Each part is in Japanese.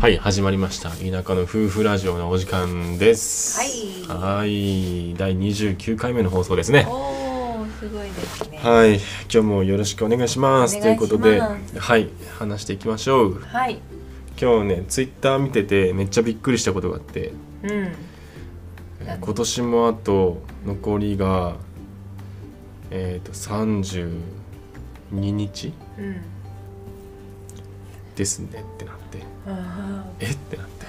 はい始まりました田舎の夫婦ラジオのお時間ですははいい第29回目の放送ですねおお、すごいですね。はい今日もよろしくお願いしますおとい願ういしこますとではい話していきましょうはい。今日ねツイッター見ててめっちゃびっくりしたことがあってうん。えー今年もあと残りがえっ、と32日うん。ですねってなってあえってなって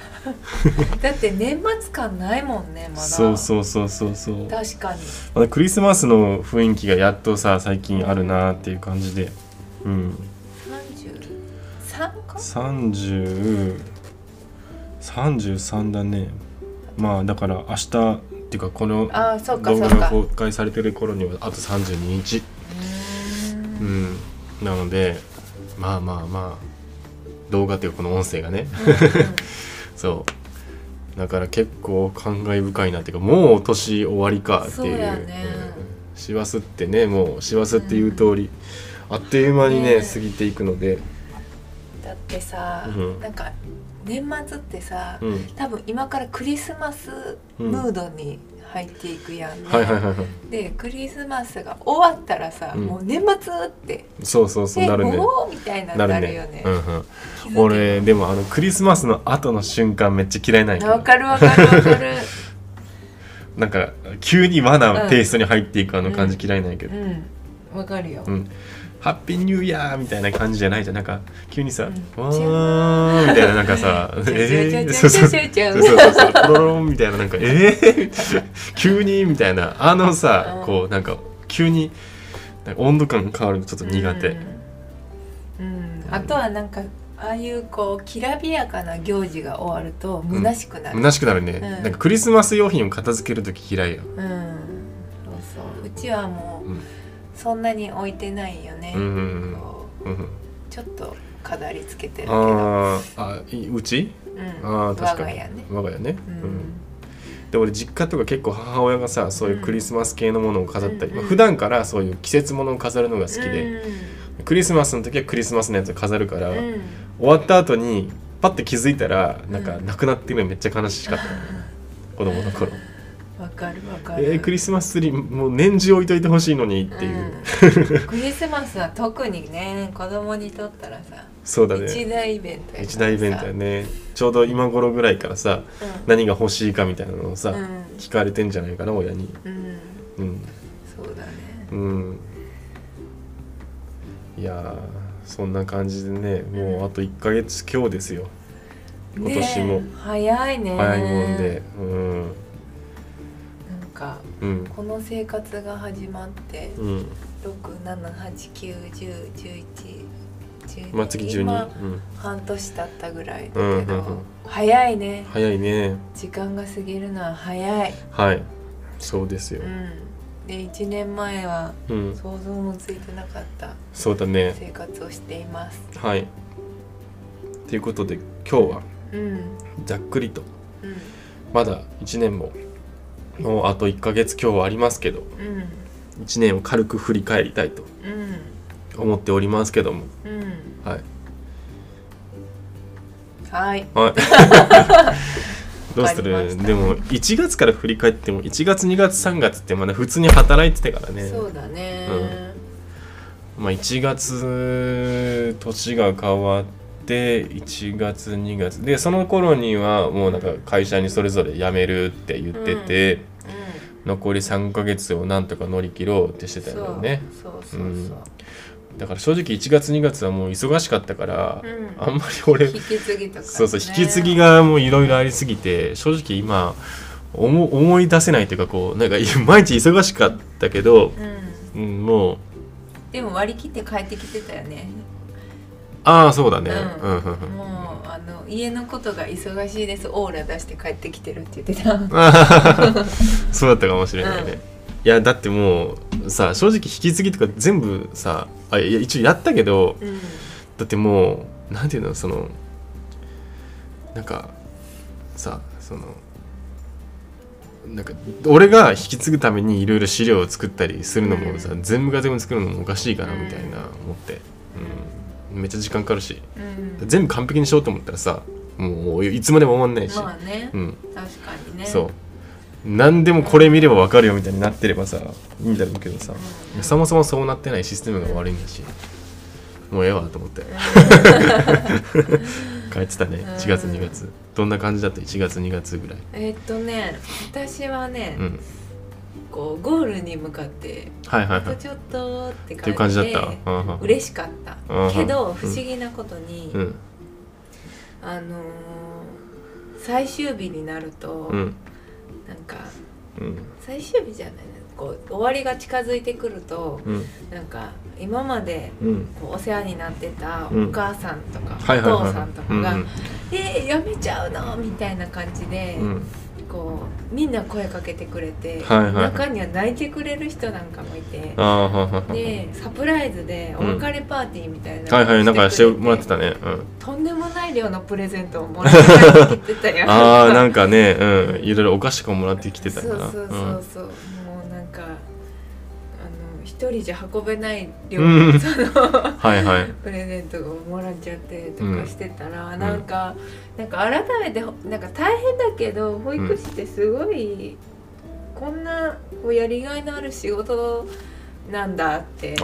ーだって年末感ないもんね、まだ。そうそうそうそうそう確かに。まだクリスマスの雰囲気がやっとさ最近あるなっていう感じでうん三十三か。 3033だねまあだから明日っていうかこのあー、そうか、動そ画うがか。う公開されてる頃にはあと32日ー。うんんなのでまあまあまあ動画っていうかこの音声がね そうだから結構感慨深いなっていうかもう年終わりかっていうそうやねうん師走、ってねもう師走っていう通り、あっという間にねね過ぎていくので、だってさ、うんなんか年末ってさ、うん多分今からクリスマスムードに入っていくやんね。はいはいはいはいでクリスマスが終わったらさ、うんもう年末ってそうそうそうえなるねもうみたいなななるるよねね。うん気づうけん、ば俺でもあのクリスマスの後の瞬間めっちゃ嫌いなんやけどわかるわかるわかる。なんか急に和なテイストに入っていくあの感じ嫌いなんやけど、うん、わかるよ。うんハッピーニューイヤーみたいな感じじゃないじゃんなんか急にさ「うんわー」みたいななんか さ「ちょちょえー」ちそょうちそょうちそうそょちょうそうそうポロロンみたいななんか「えー」急にみたいなあのさうんこうなんか急になんか温度感変わるのちょっと苦手、うん。うん、あとはなんかああいうこうきらびやかな行事が終わると虚しくなる。うん。虚しくなるね、うんなんかクリスマス用品を片付ける時嫌いよ、そうそう。うちはもう、うんそんなに置いてないよね。うんうんうんこうん、うちょっと飾り付けてるけど。あーあいうちうん。あー確かに我が家ね。我が家ね、ううんん。で俺実家とか結構母親がさそういうクリスマス系のものを飾ったり、うんまあ、普段からそういう季節ものを飾るのが好きで、クリスマスの時はクリスマスのやつを飾るから、うん。終うんわった後にパッて気づいたらなんかうんなくなってるのめっちゃ悲しかった、子供の頃わかるわかる。えークリスマスツリーもう年中置いといてほしいのにっていう、うんクリスマスは特にね子供にとったらさそうだね一大イベントやからさ一大イベントやねちょうど今頃ぐらいからさ何が欲しいかみたいなのをさ、うん聞かれてんじゃないかな親にうん、うん、うんそうだねうんいやーそんな感じでねもうあと1ヶ月今日ですよ今年もねえ早いね早いもんでうんなんかうんこの生活が始まってうん67891011まあ次12、今うん、半年経ったぐらいだけど、うんうんうん早いね早いね時間が過ぎるのは早い、はいそうですよう、ん、で1年前はうん、想像もついてなかったそうだね生活をしていますはいということで今日はうんざっくりとうんまだ1年ももうあと1ヶ月今日はありますけどうん1年を軽く振り返りたいとうん思っておりますけどもうんはいはいはい。 どうすわかりましるたでも1月から振り返っても1月2月3月ってまだ普通に働いてたからねそうだねまあ、1月年が変わって1月2月でその頃にはもうなんか会社にそれぞれ辞めるって言ってて、う残り3ヶ月をなんとか乗り切ろうってしてんたそようねそうそうそうだから正直1月2月はもう忙しかったから、うんあんまり俺引き継ぎとかねそうそう引き継ぎがもういろいろありすぎて正直今思思い出せないというかこうなんか毎日忙しかったけど、うんうん、もうでも割り切って帰ってきてたよねああそうだうね、んうんうんうん もうあの家のことが忙しいですオーラ出して帰ってきてるって言ってたあはははそうだったかもしれないね、うんいやだってもうさ正直引き継ぎとか全部さあいや一応やったけどうんだってもうなんていうのそのなんかさそのなんか俺が引き継ぐためにいろいろ資料を作ったりするのもさ、うん全部が全部作るのもおかしいかなうんみたいな思って、うん、めっちゃ時間かかるしうん全部完璧にしようと思ったらさもういつまでも終わんないし、まあね、うん、確かにねそう何でもこれ見ればわかるよみたいになってればさいいんだろうけどさうんそもそもそうなってないシステムが悪いんだしもうええわと 思って帰ってたねうん1月2月どんな感じだった1月2月ぐらいえっとね私はね、うんこうゴールに向かってはいはいあはといちょっとってっていう感感じじだでったうんうん嬉しかったうんうんけうんど不思議なことに、うんあのー最終日になると、うんなんかうん最終日じゃないなこう終わりが近づいてくるとうんなんか今までうんこうお世話になってたうおん母さんとか、はいはいおは父いさはんといかうんが「えー、やめちゃうの?」みたいな感じで、うんうんこうみんな声かけてくれて、はいはいはい中には泣いてくれる人なんかもいてあ。あはいはいはいでサプライズでお別れパーティーみたいなのはをいはいなんかしてくれもらってたねうんとんでもない量のプレゼントをもらって帰ってきてたよ ああなんかねうんいろいろお菓子とかもらってきてたよなそうそううんそうそう、もうなんかあの一人じゃ運べない量うのんそのはいはいプレゼントをもらっちゃってとうんかしてたら、なんかなんか改めてなんか大変だけど保育士ってすごい、こんなこうやりがいのある仕事なんだってあー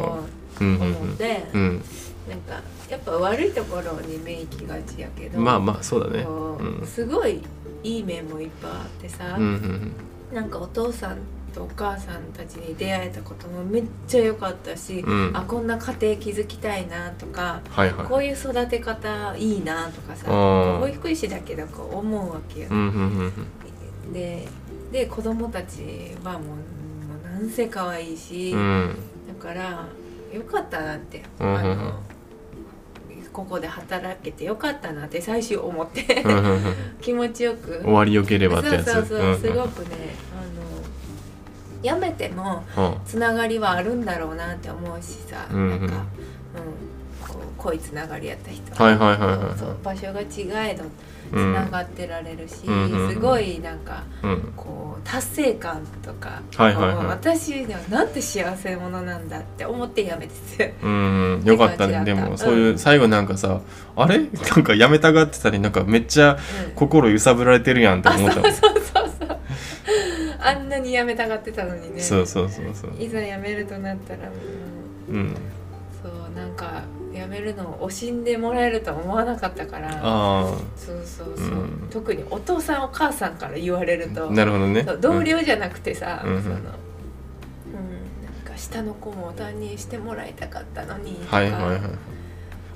こうんうう思っんて、うんなんかやっぱ悪いところに目行きがちやけうどんまあまあそうだねうこうんすごいいい面もいっぱいあってさ、うんうんなんかお父さんとお母さんたちに出会えたこともめっちゃ良かったし、うんあこんな家庭築きたいなとか、はいはいこういう育て方いいなとかさ、あー保育士だけどこう思うわけよ。うんうんうんでで子供たちはもうもうなんせ可愛いし、うんうんだから良かったなって、うんあうんうんのここで働けて良かったなって最終思ってうんうんうん 気持ちよく終わりよければってやつそうそうそう、うんうんすごくねあのやめてもうんつながりはあるんだろうなって思うしさ、うんうんなんか、うん、こう濃いつながりやった人はいはいはいはいそう場所が違えどつうんながってられるし、うんうんうんすごいなんかうんこう達成感とか、はいはいはいこう私にはなんて幸せ者なんだって思ってやめてうんよかったねでって感じだったもそういう最後なんかさあれなんかやめたがってたりなんかめっちゃた、うん心揺さぶられてるやんって思ったもんそうそうそう あんなにやめたがってたのにねそうそうそうそういざやめるとなったらもううんそうなんかやめるのを惜しんでもらえるとは思わなかったからあそうそうそう、うん特にお父さんお母さんから言われるあとなるほどねそう同僚じゃなくてさ、うんそのうんなんか下の子も担任してもらいたかったのにとかはいはいはい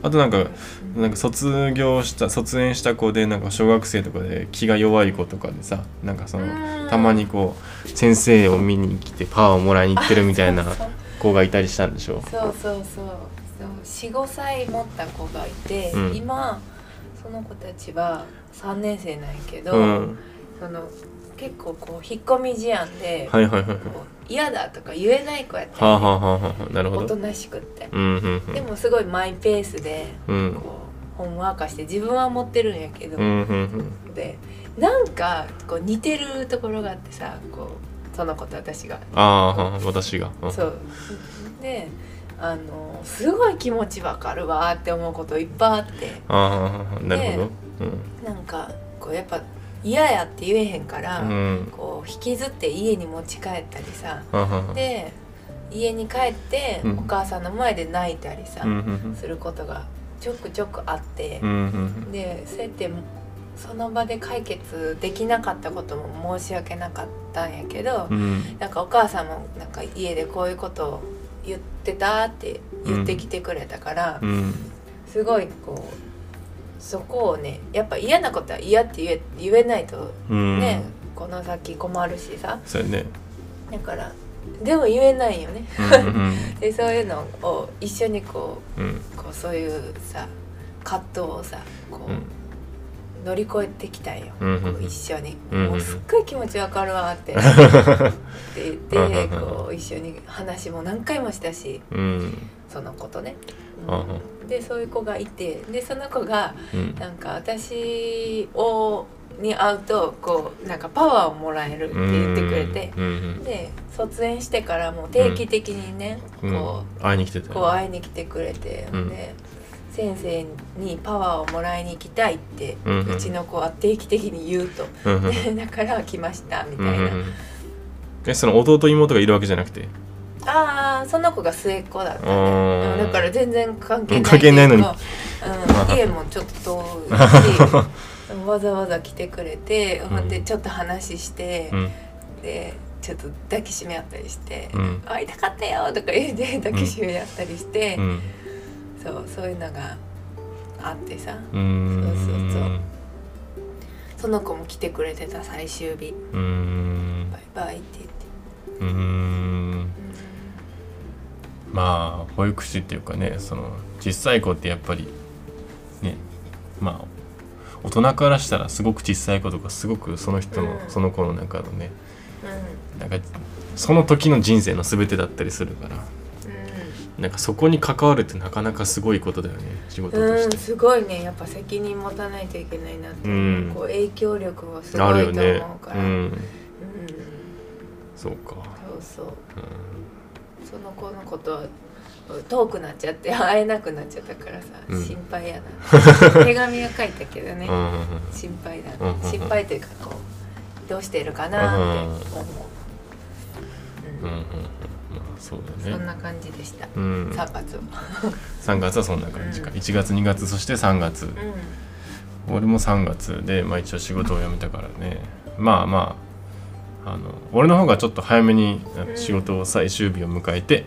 あとなんかうんなんか卒業した卒園した子でなんか小学生とかで気が弱い子とかでさなんかそのうんたまにこう先生を見に来てパワーをもらいに行ってるみたいな そう子がいたりしたんでしょそうそうそうそう45歳持った子がいて、うん今その子たちは3年生なんやけど、うんその結構こう引っ込み思案で、はいはいはいはいこう嫌だとか言えない子やったはあよはあはあはあなるほおとどなしくって、うんうんでもすごいマイペースでうんうんこうホームワーカーして自分は持ってるんやけど、うんうんでなんかこう似てるところがあってさこうその子と私が。ああはあ私がうんそうであのすごい気持ちわかるわーって思うこといっぱいあってああはあはあなるほどなんかこうやっぱ嫌やって言えへんから、うんうんこう引きずって家に持ち帰ったりさはあはあはあで家に帰ってうんお母さんの前で泣いたりさ、うんうんすることがちょくちょくあってうんう、んでそうやってその場で解決できなかったことも申し訳なかったんやけど、うんうんなんかお母さんもなんか家でこういうことを言ってたって言ってきてくれたから、うんすごいこうそこをねやっぱ嫌なことは嫌って言え言えないとうんね、この先困るしさそうやねだからでも言えないよねうんうんでそういうのを一緒にこうんうこうそういうさ葛藤をさこう、うん乗り越えてきたんよ、うんうんうんこう一緒に、うんもうすっごい気持ちわかるわっ てって言ってこう一緒に話も何回もしたしうんその子とね、あはでそういう子がいてでその子がうんなんか私をに会うとこうなんかパワーをもらえるって言ってくれて、うんうんで卒園してからもう定期的にね、うんこ会いに来てたうよこう会いに来てくれて、うんです先生にパワーをもらいに行きたいって、ううんうんちの子は定期的に言うと、うんうんで だから来ましたみうたいんうな、んうんえその弟妹がいるわけじゃなくてああその子が末っ子だった、あうんーだから全然関係ない関係ないのにうん家もちょっと 遠いしわざわざ来てくれて、ほんでちょっと話してう、んでちょっと抱きしめ合ったりしてう「ん会いたかったよ」とか言って抱きしめ合ったりして、うんそうそういうのがあってさうーんそうそうその子も来てくれてた最終日うーん「バイバイ」って言って。うーんうんまあ保育士っていうかねその小さい子ってやっぱりねまあ大人からしたらすごく小さい子とかすごくその人の、うんその子の中のねうなんかその時の人生の全てだったりするからなんかそこに関わるってなかなかすごいことだよね仕事ん、とうしん、て。すごいねやっぱ責任持たないといけないなって、うんこう影響力はすごあるよいとね思うか。うら、うんん、そうか。そうそううその子のことは遠くなっちゃって会えなくなっちゃったからさ、うん心 配やな手紙は書いたけどね、ん、うん、心配だ、うんうんうん心配というかこうどうしてるかなって思う、うん、うん、うん、うんまあ、そうだそんね。な感じでした、うん、 3月は3月はそんな感じか、うん1月2月そして3月、うん俺も3月で、まあ、一応仕事を辞めたからねまあまああの俺の方がちょっと早めにあうん仕事を最終日を迎えて、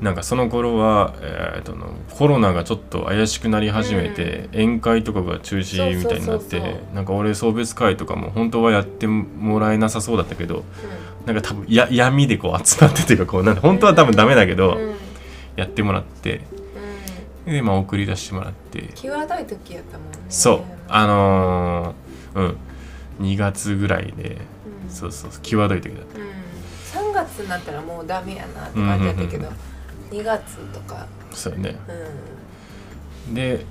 なんかその頃は、えー、とのコロナがちょっと怪しくなり始めて、宴会とかが中止みたいになっそてうそうそうそうなんか俺送別会とかも本当はやってもらえなさそうだったけどなんか多分や闇でこう集まってというかこうなんか本当は多分ダメだけど、うんうんうんやってもらってで、まあ、送り出してもらって。際どい時やったもんねそうあのーうん2月ぐらいでうんそうそうそう際どい時だっうん、3月になったらもうダメやなって感じだったけど、うん2月とか、たそうよねうで、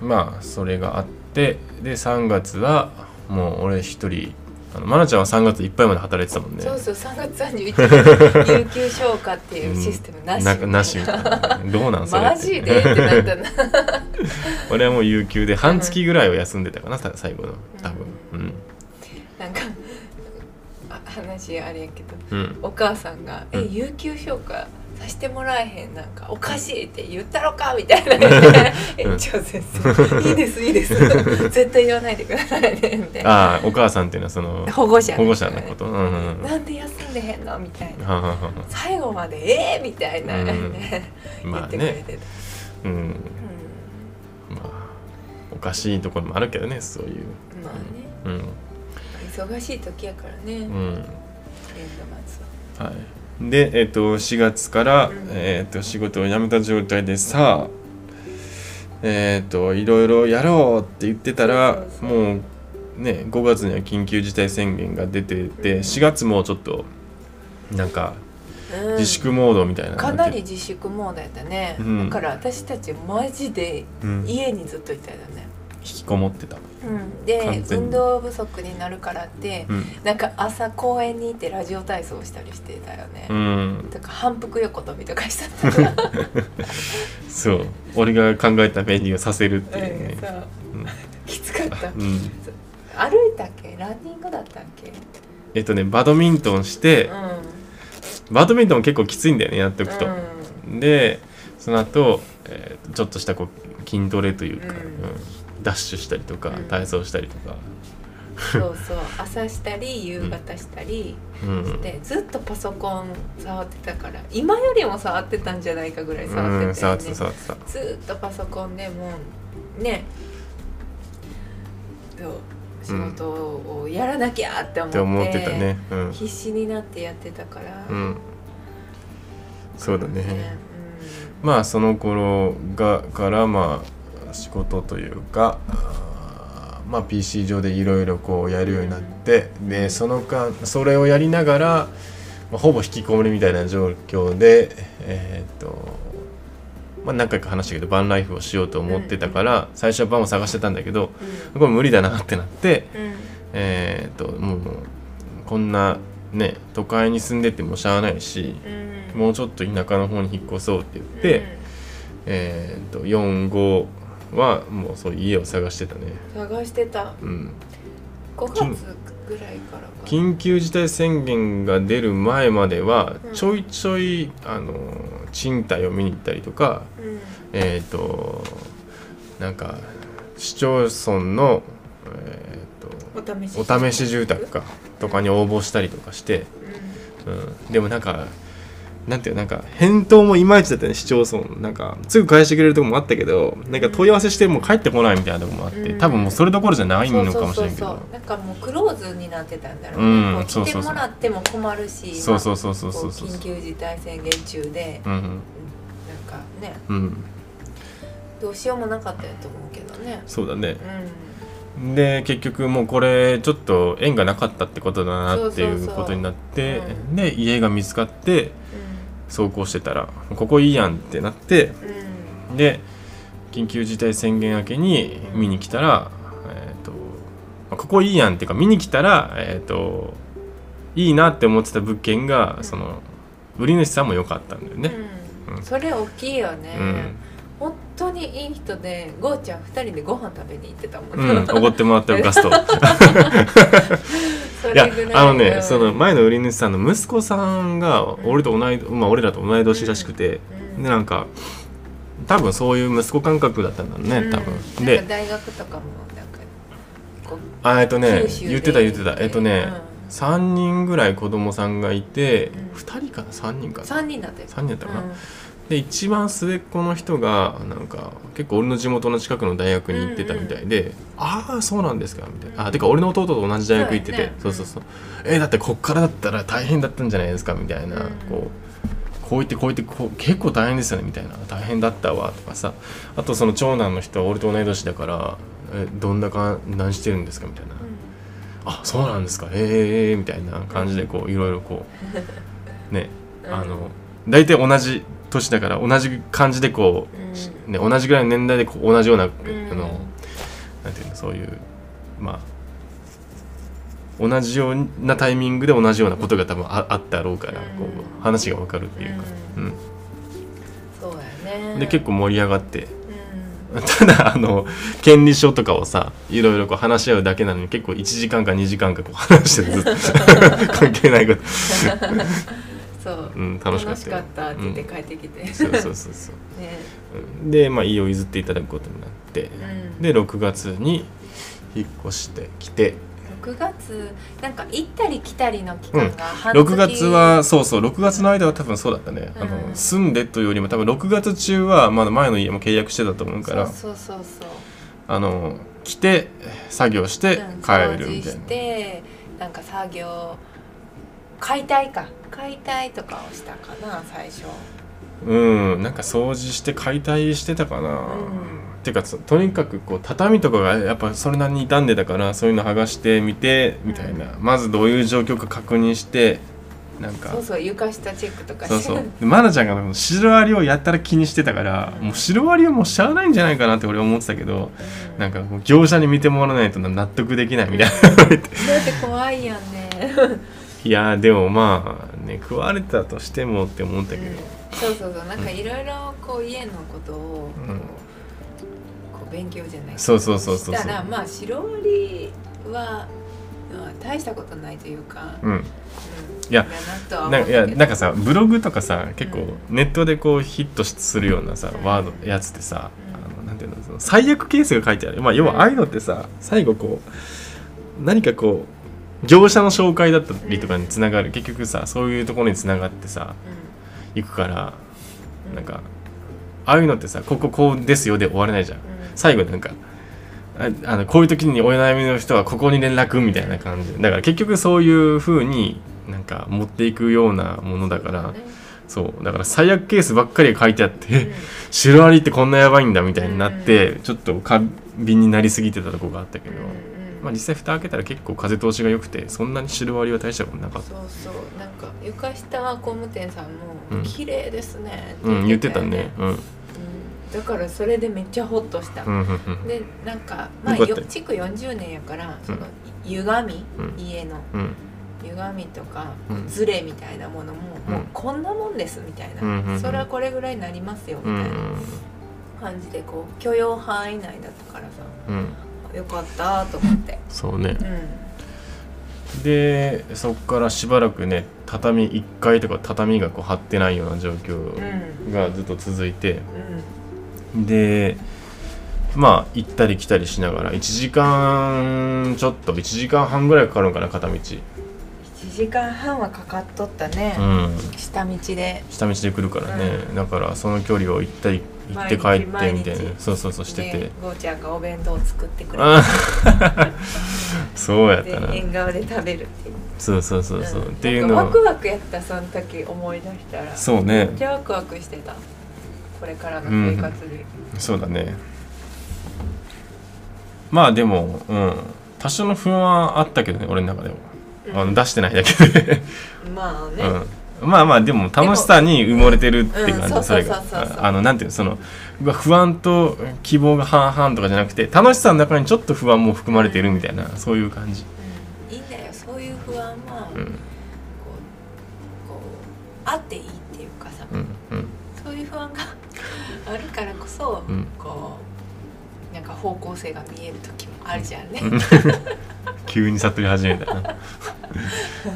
うん、まあそれがあってで3月はもう俺一人あの愛菜ちゃんは3月いっぱいまで働いてたもんんねそうそう3月31日 有給消化っていうシステムなし、ななしみたい などうなんそれマジでってなったな 俺はもう有給で半月ぐらいは休んでたかなさ最後の多分うんなんかあ話あれやけどうんお母さんが「うんえ有給消化さしてもらえへんなんかおかしい」って言ったろかみたいな「園長先生いいですい いです絶対言わないでくださいね」みたいなああお母さんっていうのはその保護者保護者のことうんうん うんはなんで休んでへんのみたいなははは最後まで「ええみたいな、うん 言まっあてくれねてた、うんまあおかしいところもあるけどねそういううん、まあねうん忙しい時やからね、う年ん度末ははいでえっ、と4月から、うんえっと仕事を辞めた状態でさえっ、といろいろやろうって言ってたらそうそうそうもうね5月には緊急事態宣言が出てて、うん4月もちょっとなんかうん自粛モードみたいなのがかなり自粛モードやったね、うんだから私たちマジでうん引家にずっといたよね、きこもってた、うん、で完全に運動不足になるからってうんなんか朝公園に行ってラジオ体操したりしてたよね、うん、とか反復横跳びとかし ちゃったから、そう俺が考えたメニューをさせるっていうね、そううんきつかったうん、歩いたっけランニングだったっけえっとねバドミントンしてうバドミントン結構きついんだよねやっておんくと、でその後、えーちょっとしたこう筋トレというか、うんうんダッシュしたりとか、うん体操したりとか、そうそう朝したり夕方したりうんして、ずっとパソコン触ってたから今よりも触ってたんじゃないかぐらい触ってうんた触よねってた触ってたずっとパソコンでもうねそう仕事をやらなきゃって思っっ,、てて思ってたねうん、必死になってやってたから、うん、そうだね、うんまあその頃がからまあ仕事というかあーまあ PC 上でいろいろこうやるようになってでその間それをやりながら、まあ、ほぼ引きこもりみたいな状況でえーっとまあ何回か話したけどバンライフをしようと思ってたから最初はバンを探してたんだけどこれ無理だなってなってうんうんえーっともうこんなね都会に住んでてもしゃあないしうんもうちょっと田舎の方に引っ越そうって言って。うんえーっと45はもうそう家を探してたね探してたうん5月ぐらいからかな緊急事態宣言が出る前まではうんちょいちょい、あの賃貸を見に行ったりとかうんえっ、となんか市町村の、えー、お試しとお試し住宅かとかに応募したりとかして、ううん、でもなんかなんていうのなんか返答もいまいちだったね市町村なんかすぐ返してくれるとこもあったけどなんか問い合わせしても帰ってこないみたいなとこもあってうん多分もうそれどころじゃないんのかもしれんけそうそどうそうなんかもうクローズになってたんだろううねんこうそう来そうてそうもらっても困るしそうそううそうそうそうそう緊急事態宣言中でうんなんかねうんうんどうしようもなかったやと思うけどねそうだねうで結局もうこれちょっと縁がなかったってことだなっていそううそうそうことになってうで家が見つかって走行してたらここいいやんってなってんうんで緊急事態宣言明けに見に来たら、えーとまあここいいやんっていうか見に来たら、えー、といいなって思ってた物件がその売り主さんも良かったんだよね。うんうんそれ大きいよね、うん本当にいい人でゴーちゃん2人でご飯食べに行ってたもうんね、ん、奢ってもらったよガスト そいやれぐらいあのねそのうん前の売り主さんの息子さんが俺と同い、まあ、俺らと同い年らしくて、でなんか多分そういう息子感覚だったんだろうね多分、うん、なんでか大学とかもなんかこうあえっとね九州で言ってた言ってたえっとね、うん3人ぐらい子供さんがいて、うん2人かな3人かな三人だったよ3人だったかな、うんで一番末っ子の人がなんか結構俺の地元の近くの大学に行ってたみたいで「ああそうなんですか」みたいな「あてか俺の弟と同じ大学行ってて、そそううそうそうだよね「えーだってこっからだったら大変だったんじゃないですか」みたいな、うんこうこう言ってこう言ってこう結構大変ですよねみたいな「大変だったわ」とかさあとその長男の人は俺と同い年だから「えどんなか何してるんですか?」みたいなあそうなんですかええみたいな感じでこういろいろこ うねうんあの大体同じ年だから同じ感じでこう、しうね、同じぐらいの年代でこう同じような、んあのなんていうのそういうまあ同じようなタイミングで同じようなことが多分ああったろうから、こううん話が分かるっていうか、うんそうやねで結構、構盛り上がってうんただあの権利書とかをさいろいろこう話し合うだけなのに結構1時間か2時間かこう話してずっと関係ないこと、そううん、楽しかったよって言って帰ってきて、ねうん、そうそうそうそううんでまあ家を譲っていただくことになって、うんで6月に引っ越してきて6月なんか行ったり来たりの期間が半6月はそうそう6月の間は多分そうだったね、あうのん住んでというよりも多分6月中はまだ前の家も契約してたと思うからそうそうそうそうあの来て作業してうん帰るみた掃除いしな。てなんか作業解体か解体とかをしたかな最初うんなんか掃除して解体してたかな、うんてかととにかくこう畳とかがやっぱそれなりに傷んでたからそういうの剥がしてみてみたいな、まずどういう状況か確認してなんかそうそう床下チェックとかそうして そうで愛菜ちゃんがシロアリをやったら気にしてたから、うんもうシロアリはもうしゃあないんじゃないかなって俺は思ってたけどうんなんかもう業者に見てもらわないと納得できないみたいな、だって怖いやんね いやーでもまあね食われたとしてもって思ったけど、そうそうそうなんかいろいろこう家のことをこう,、うんこう勉強じゃないそうそうそうそうそうしたらまあシロアリは、まあ、大したことないというか、うんうんいやだなとは思なうんんかだいけどやなんかさブログとかさ結構うんネットでこうヒットするようなさうんワードやつってさ、うんあのなんていうのその最悪ケースが書いてある、まあ、要はうんああいうのってさ最後こう何かこう業者の紹介だったりとかにつながる、結局さそういうところにつながってさ行くからうなんかああいうのってさ「こここうですよ」で終われないじゃんうん最後なんかああのこういう時にお悩みの人はここに連絡みたいな感じだから結局そういう風になんか持っていくようなものだからそうだから最悪ケースばっかり書いてあって うんえシロアリってこんなやばいんだみたいになって、うちょっと過敏になりすぎてたとこがあったけうんど、うんまあ、実際蓋開けたら結構風通しが良くてそんなにシロアリは大したことなかったそうそうなんか床下工務店さんもうん「綺麗ですね」うん言ってたよね、うんうんだからそれでめっちゃホッとした、うんうんうんでなんかまあよかったよ築40年やからその歪み、うん家のうん歪みとかうんズレみたいなものも、うんもうこんなもんですみたいな、うんうんうんそれはこれぐらいになりますよみうたいな、ん感じでこう許容範囲内だったからさうん、よかったと思ってそうねうんでそこからしばらくね畳1階とか畳がこう張ってないような状うん況がずっと続いて、うんでまあ行ったり来たりしながら1時間ちょっと1時間半ぐらいかかるんかな片道、 1時間半はかかっとったね、うん、下道で下道で来るからね、だからその距離を行ったり行って帰ってみたい毎日毎な日そうそうそうしててでゴーちゃんがお弁当を作ってくれあー そうやってたな縁側で食べるっていうそうそうそうそう、んっていうなんのかワクをワクやったその時思い出したらそうねめっちゃワクワクしてたこれからの生活に、そうだねまあでもうん多少の不安はあったけどね俺の中でも、うんあの出してないだけで、まあね、うん、まあまあでも楽しさに埋もれてるっていうで感もうじんそれそがうそうそうそうああのなんていうのそのうわ不安と希望が半々とかじゃなくて楽しさの中にちょっと不安も含まれてるみたいなそういう感じ、うんいいんだよそういう不安は、うこうんこうあっていいっていうかさ、うんうんそういう不安があるからこそ、うんこうなんか方向性が見える時もあるじゃんね、急に悟り始めた な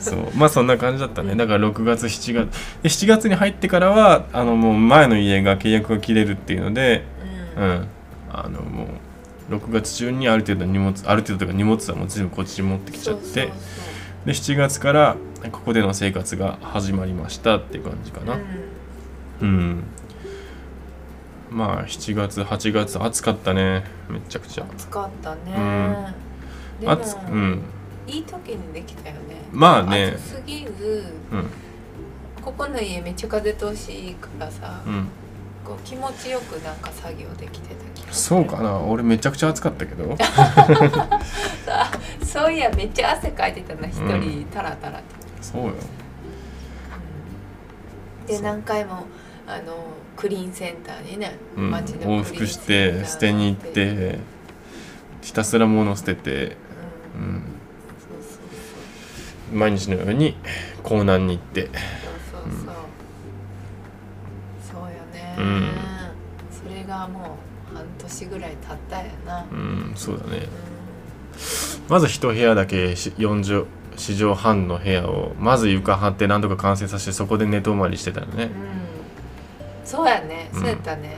そうまあそんな感じだったねだから6月7月で7月に入ってからはあのもう前の家が契約が切れるっていうのでうんうんあのもう6月中にある程度荷物ある程度というか荷物はもう全部こっちに持ってきちゃってそうそうで7月からここでの生活が始まりましたっていう感じかそうなうんうん、まあ7月8月暑かったねめちゃくちゃ暑かったね、うんでも暑うんいい時にできたよねまあね暑すぎずうんここの家めっちゃ風通しいいからさ、うんこう気持ちよくなんか作業できてた気がすそるうかな俺めちゃくちゃ暑かったけど そういやめっちゃ汗かいてたな一人タラタラと、そうようんそでう何回もあのクリーンセンターにね、うん、街のクリー往ンセンター復して捨てに行っ、うん、てひたすら物を捨てて、うん、そうそう毎日のように港南に行ってそうそうそうそう、そうよね、うんそれがもう半年ぐらい経ったよな、うんうんそうだねまず一部屋だけし4畳四畳半の部屋をまず床張って何とか完成させてそこで寝泊まりしてたのねうん、そうやねうんそうやったね、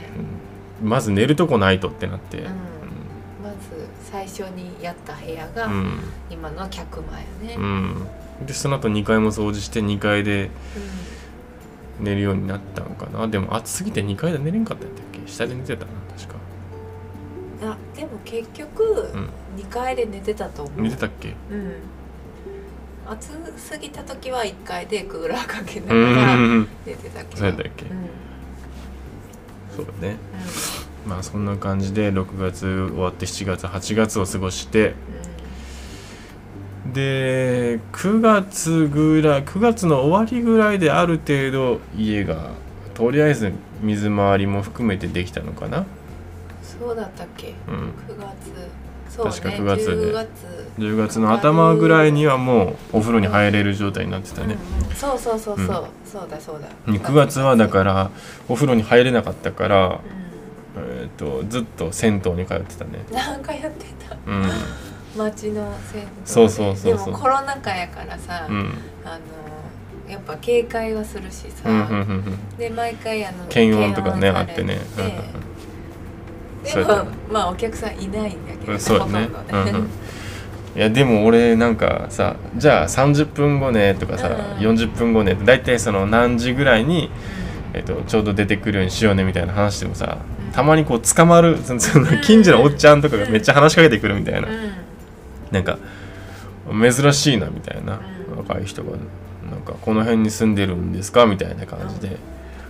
うんまず寝るとこないとってなって、うんまず最初にやった部屋がうん今の客間やね、うんうんでその後2階も掃除して2階で寝るようになったのかなでも暑すぎて2階で寝れんかったんだっけ下で寝てたな確かうんあでも結局うん2階で寝てたと思う、寝てたっけうん暑すぎた時は1階でクーラーかけなうがらん寝てたけどそうやったっけうんうんそうだねまあそんな感じで6月終わって7月8月を過ごしてで9月ぐらい9月の終わりぐらいである程度家がとりあえず水回りも含めてできたのかな、そうだったっけうん、 9月そうね確か9月で10月10月の頭ぐらいにはもうお風呂に入れる状態になってたね、うんうんそうそうそうそうう、んそうだそうだ、で9月はだかららお風呂に入れなかったから、うえー、とずっと銭湯に通ってたねん、なんかやってたうん街の銭湯でそうそうそうそうでもコロナ禍やからさ、うんあのやっぱ警戒はするしさ、うんうんうんうんで毎回あの検温とかね検温あさっれてねうんうんうんでそうもやねまあお客さんいないんだけど、そうだねほとんうどねんうんいやでも俺なんかさじゃあ30分後ねとかさ、うん40分後ねって大体その何時ぐらいに、えっとちょうど出てくるようにしようねみたいな話でもさうんたまにこう捕まるそのそのうん近所のおっちゃんとかがめっちゃ話しかけてくるみたいな、うんなんか珍しいなみたいな、うん若い人がなんかこの辺に住んでるんですかみたいな感じで。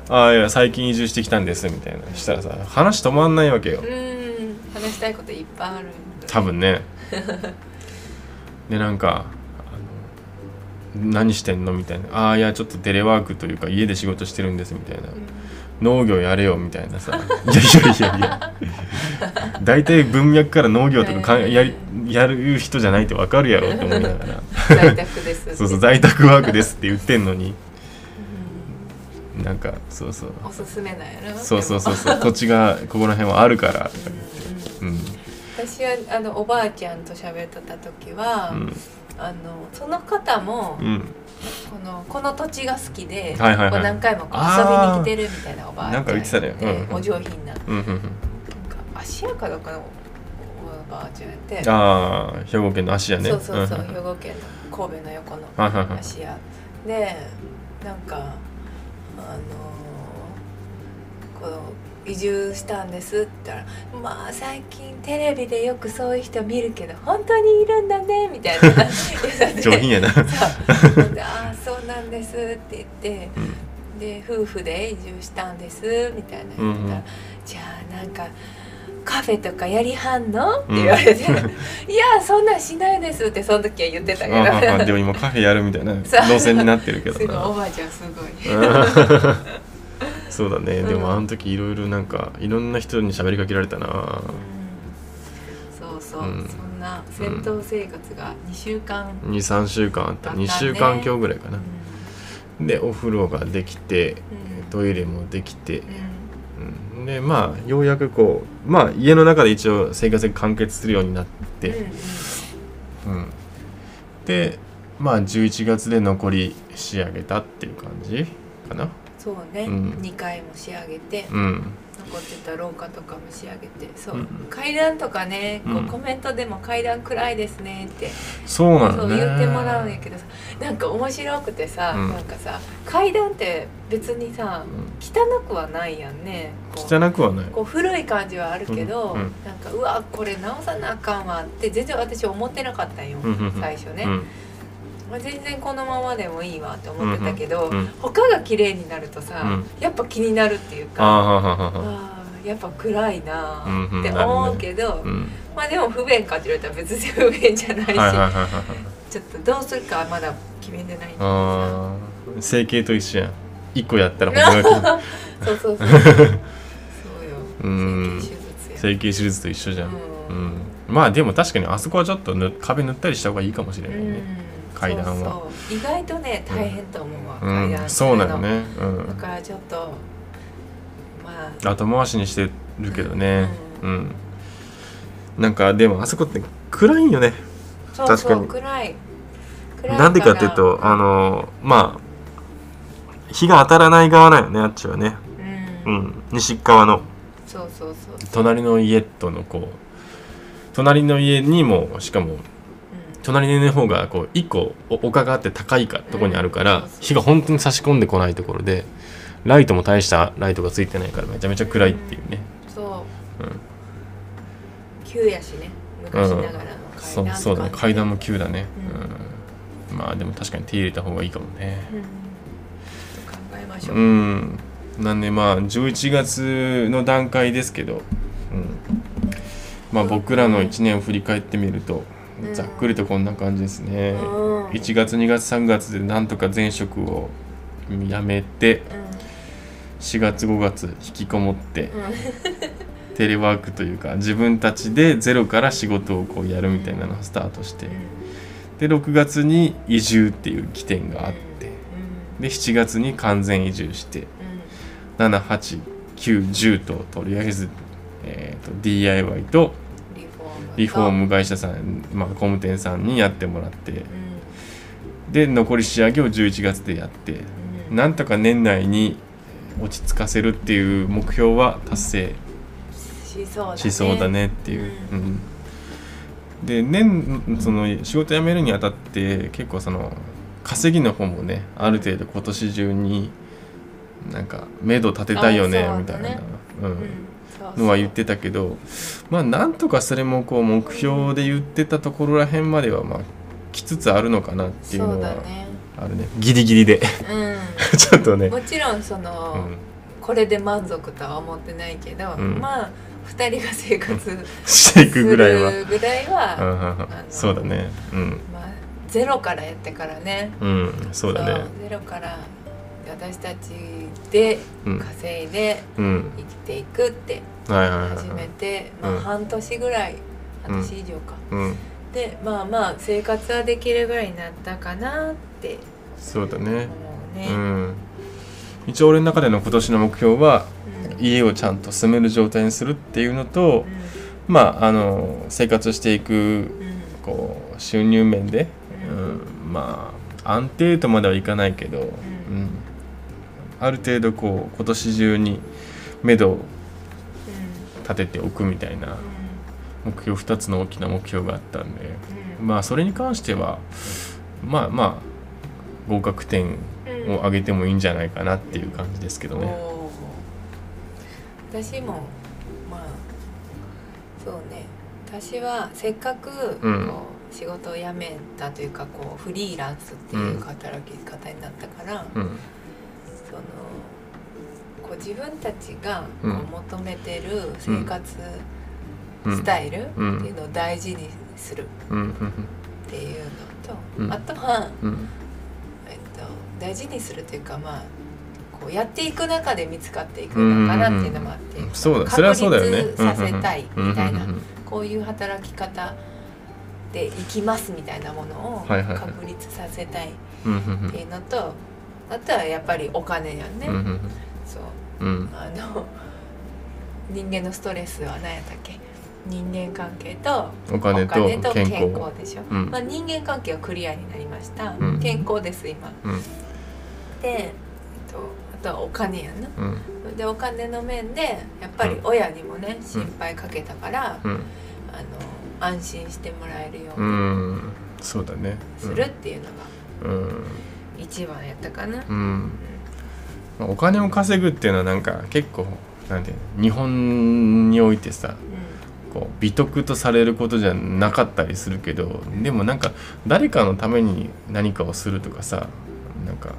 ああいや最近移住してきたんですみたいなしたらさ話止まんないわけよ、うん、うん、話したいこといっぱいある多分ねでなんかあの「何してんの?」みたいな「ああーいやちょっとテレワークというか家で仕事してるんです」みたいな 「農業やれよ」みたいなさ「い やいやいやいや大体文脈から農業とかかんやりやる人じゃないってわかるやろ」って思いながら在宅ですそうそう在宅ワークですって言ってんのにうんなんかそうそうおすすめなんやなそうそうそううそう土地がここら辺はあるからとかんう言んって私はあのおばあちゃんと喋ってた時は、うんあのその方も、うんうんこのこの土地が好きで、はいはいはいこう何回もこう遊びに来てるみたいなおばあちゃんなんか言ってたねうんでお上品ななんかうんうん芦屋かどっかのおばあちゃんやって、うんああ兵庫県の芦屋ねそうそうそう、ん兵庫県の神戸の横のはいはいはい芦屋でなんかあのーこう移住したんですって言ったら「まあ最近テレビでよくそういう人見るけど本当にいるんだね」み たいな言ってて上品やなそうでああそうなんです」って言ってうんで夫婦で移住したんですみたいな言ったら、うんうんじゃあなんかカフェとかやりはんの?」って言われて「 いやそんなんしないです」ってその時は言ってたけあははでども今カフェやるみたいなそう動線になってるけすごどいおなばあちゃんすごい。うんそうだねでうんもあの時いろいろなんかいろんな人に喋りかけられたなそうそう、うんそんな戦闘生活が2週間、 23週間あったあったね2週間今日ぐらいかうんなでお風呂ができてうんトイレもできてうんでまあようやくこうまあ家の中で一応生活が完結するようになっうんて、うんでまあ11月で残り仕上げたっていう感じかなそうね、うん2回も仕上げて、うん残ってた廊下とかも仕上げてそう、うん階段とかねこう、うんコメントでも階段暗いですねってそうなそのうね言ってもらうんやけどさなんか面白くてさ、うんなんかさ階段って別にさ汚くはないやんねこう汚くはないこう古い感じはあるけど、うんうんなんかうわこれ直さなあかんわって全然私思ってなかったんよ、うんうんうん最初ね、うんまあ、全然このままでもいいわって思ってたけど、うん他が綺麗になるとさ、うんやっぱ気になるっていうああかははははあーやっぱ暗いなうんうあんなってるね思うけど、うんまあでも不便感じられたら別に不便じゃないし、はいはいはいはいはいちょっとどうするかはまだ決めてないんだけどさああ整形と一緒やん一個やったらほんま にそうそうそうそうよ うん整形手術や整形手術と一緒じゃんううんんまあでも確かにあそこはちょっとぬ壁塗ったりした方がいいかもしれなういんね、階段はそうそう意外とね大変と思うわ、うん階段そうなのね、うだん、からちょっとまあ後回しにしてるけどねううん、なんかでもあそこって暗いんよねそう確かそうに暗い暗いらなんでかっていうとあ、のまあ日が当たらない側なんよねあっちはね、うんうん、西側のそうそうそう、うん、隣の家とのこう隣の家にもしかも隣の家の方がこう一個お丘があって高いかとこにあるから、うん日が本当に差し込んでこないところでライトも大したライトがついてないからめちゃめちゃ暗いっていうね、そう、うん旧やしね昔ながらの階そ段とか、うねそうだね階段も急だね、ううんまあでも確かに手入れた方がいいかもねうんちょっと考えましょう、ううんんなんでまあ11月の段階ですけど、うん、まあ僕らの1年を振り返ってみるとうんざっくりとこんな感じですね、うん1月2月3月でなんとか前職をやめて4月5月引きこもってテレワークというか自分たちでゼロから仕事をこうやるみたいなのをスタートしてで6月に移住っていう起点があってで7月に完全移住して78910ととりあえず、えーと DIY とリフォームとリフォーム会社さん、まあ、工務店さんにやってもらってで残り仕上げを11月でやってうんなんとか年内に落ち着かせるっていう目標は達成しそうだねしそうだねっていう。ううんで年その仕事辞めるにあたって結構その稼ぎの方もねある程度今年中になんか目処立てたいよねあそうみただいねな、ううん、んそうそうのは言ってたけどまあなんとかそれもこう目標で言ってたところらへんまではまあきつつあるのかなっていうそうのだはねあるねギリギリで ちょっとうねん、もちろんそうの、ん、これで満足とは思ってないけど、うんまあ2人が生活するしていくぐらいは。ぐらいうんうんは、うんあのそうだねうんまあ、ゼロからやってからねうんそうだねゼロから私たちでうん稼いでうん生きていくってはいはいはい始はめいて、うんまあ、半年ぐらいうん半年以上か、うんでまあまあ生活はできるぐらいになったかなってそうだ思ねうねう。ん一応俺の中での今年の目標はうん家をちゃんと住める状態にするっていうのと、まああの生活していくうんうんこう収入面で、ううん、まあ安定とまではいかないけど、うんある程度こう今年中に目処を立てておくみたいな目標2つの大きな目標があったんでうんまあそれに関してはまあまあ合格点うんを上げてもいいんじゃないかなっていう感じですけどね。おー私もまあそうね私はせっかくこう、うん仕事を辞めたというかこうフリーランスっていう働き方になったから、うんそのこう自分たちがうこんう求めてる生活うんスタイルってうんいうのを大事にするうんうんっていうのと、うんあとは、うんえっと、大事にするというかまあこうやっていく中で見つかっていくのかなっていうのもあって、そうだ確立それはそうだよね。させたいみたいなうんうんうんこういう働き方でいきますみたいなものをはいはいはい確立させたいっうんうんていうのと、あとはやっぱりお金やね、うんうんそううんうんあの人間のストレスは何やったっけ人間関係とおお金金とと健健康。康でしょ、うんまあ、人間関係はクリアになりました、うん健康です今うんで、えっと、あとはお金やなうんでお金の面でやっぱり親にもね心配かけたから、うんあの安心してもらえるよううにんそうだね。するっていうのがうん一番やったかな、うんまあお金を稼ぐっていうのはなんか結構なんていうの日本においてさこう美徳とされることじゃなかったりするけどでもなんか誰かのために何かをするとかさなんか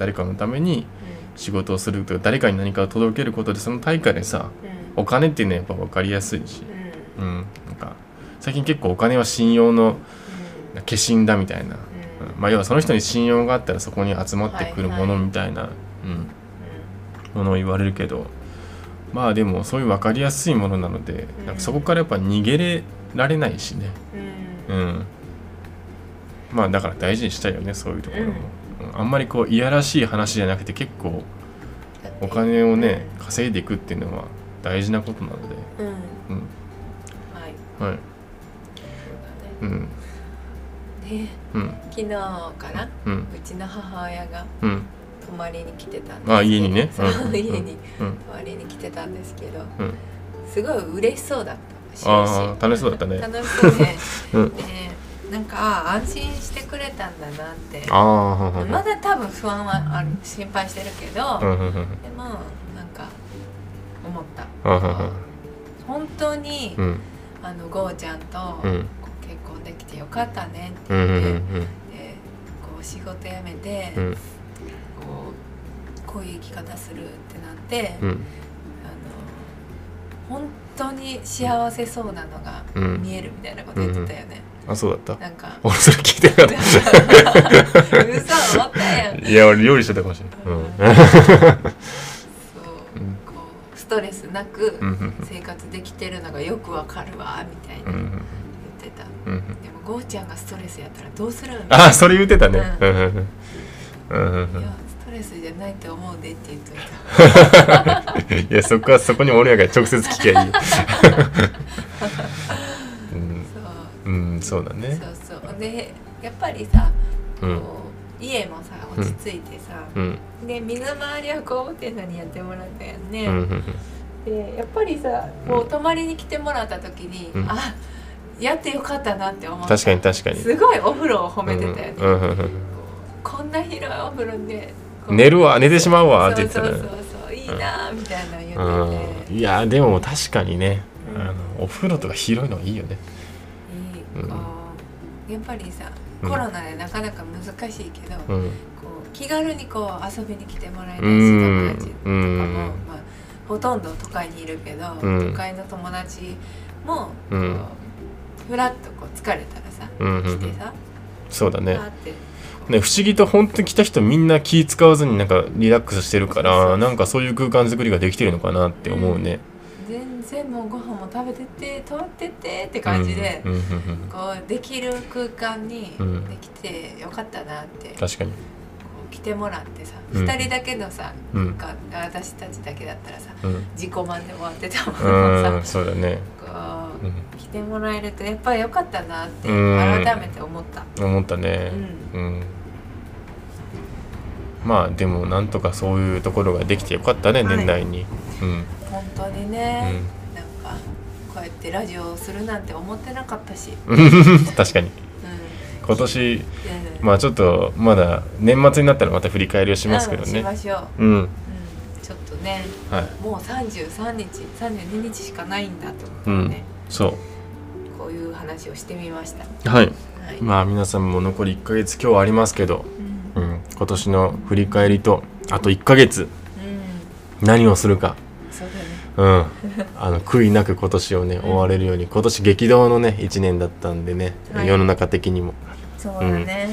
誰かのために仕事をするとか誰かに何かを届けることでその対価でさうんうんうんお金っていうのはやっぱ分かりやすいし、ううんん、なんか最近結構お金は信用の化身だみたいな、うんうんまあ、要はその人に信用があったらそこに集まってくるものみたいな、うん、ものを言われるけどまあでもそういう分かりやすいものなので、うんなんかそこからやっぱ逃げれられないしね、うんうんうん、まあだから大事にしたいよねそういうところも、うんあんまりこういやらしい話じゃなくて結構だってお金をね稼いでいくっていうのは大事なことなので、うんうんうん、はいはい、そううんだねねうん昨日かなうんうちの母親がうん泊まりに来てたんですけどあ家にねそううん家にうん泊まりに来てたんですけどうんすごい嬉しそうだった終あ始あ楽しそうだったね楽しそうで、うんでなんかあー安心してくれたんだなってああはんはんはまだ多分不安はある心配してるけど、んうんうんうんでもなんか思ったあーはんはん本当に、うんあのゴーちゃんと、うんこう結婚できてよかったねってうんうん言っうて、でんこう仕事辞めて、うんこうこういう生き方するってなって、うんうんあの本当に幸せそうなのがうん見えるみたいなこと言ってたよね、あそうだったなんか 俺それ聞いてなかっ嘘思ったやんたいや俺料理してたかもしれないうんそううんこうストレスなくうんうん生活できてるのがよくわかるわみたいなうんう言っんてたうんうんでもゴーちゃんがストレスやったらどうするんああそれ言ってたねううんうんうんうんういんやストレスじゃないと思うでって言っといたいやそこはそこに俺やから直接聞きゃいいよそううん、うん、そうだねそうそうでやっぱりさこううん家もさ落ち着いてさ、うんで水回りは工務店さんにやってもらったよね、うんうんうんでやっぱりさこう泊まりに来てもらった時に、うんあやってよかったなって思った確かに確かにすごいお風呂を褒めてたよね、うんうんうんうんこんな広いお風呂でこう寝るわ寝てしまうわって言ってそうたねそうそうそういいなーみたいなの言ってうて、んいやでも確かにね、うんあのお風呂とか広いのいいよねいいうんこうやっぱりさうんコロナでなかなか難しいけど、うこんう気軽にこう遊びに来てもらえたしうん友達とかうも、んまあ、ほとんど都会にいるけど、うん都会の友達もこう、うんふらっとこう疲れたらさうんうんう来てんさ、そうだねパーってね不思議と本当に来た人みんな気使わずになんかリラックスしてるかそうそらうなんかそういう空間作りができてるのかなって思うね、全然もうご飯も食べてて泊まっててって感じで、うんうんうんこうできる空間にうんできてよかったなって、確かにこう来てもらってさ、う二ん人だけのさ、うんか私たちだけだったらさうん自己満で終わってたもんうさんそうだねこうう来てもらえるとやっぱり良かったなってうん改めて思った。ん思ったねうん、まあでもなんとかそういうところができてよかったねはい年内に、うん本当にね、なんかこうやってラジオをするなんて思ってなかったし、うん確かにう今年んうんまあちょっとまだ年末になったらまた振り返りをしますけどうんしねましょう、うんうん、ちょっとねはいもう33日32日しかないんだと思ってね、そこういう話をしてみました、うはいはいまあ皆さんも残り1ヶ月今日はありますけど、うんうん、今年の振り返りとあと1ヶ月うん、何をするかそうだねうん、 あの悔いなく今年をね終われるように今年激動のね1年だったんでね、はい世の中的にもそうだね、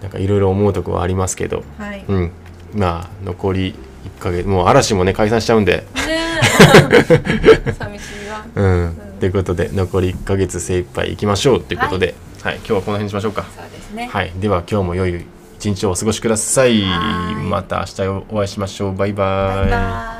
なんかいろいろ思うとこはありますけど、はい、ねうん、まあ残り1ヶ月もう嵐もね解散しちゃうんで、え 寂しいわうん、ということで残り1ヶ月精一杯いきましょうということで、はい今日はこの辺にしましょうか、そうですね、はい、では今日も良い一日をお過ごしくださいはいまた明日お会いしましょうバイババイバイ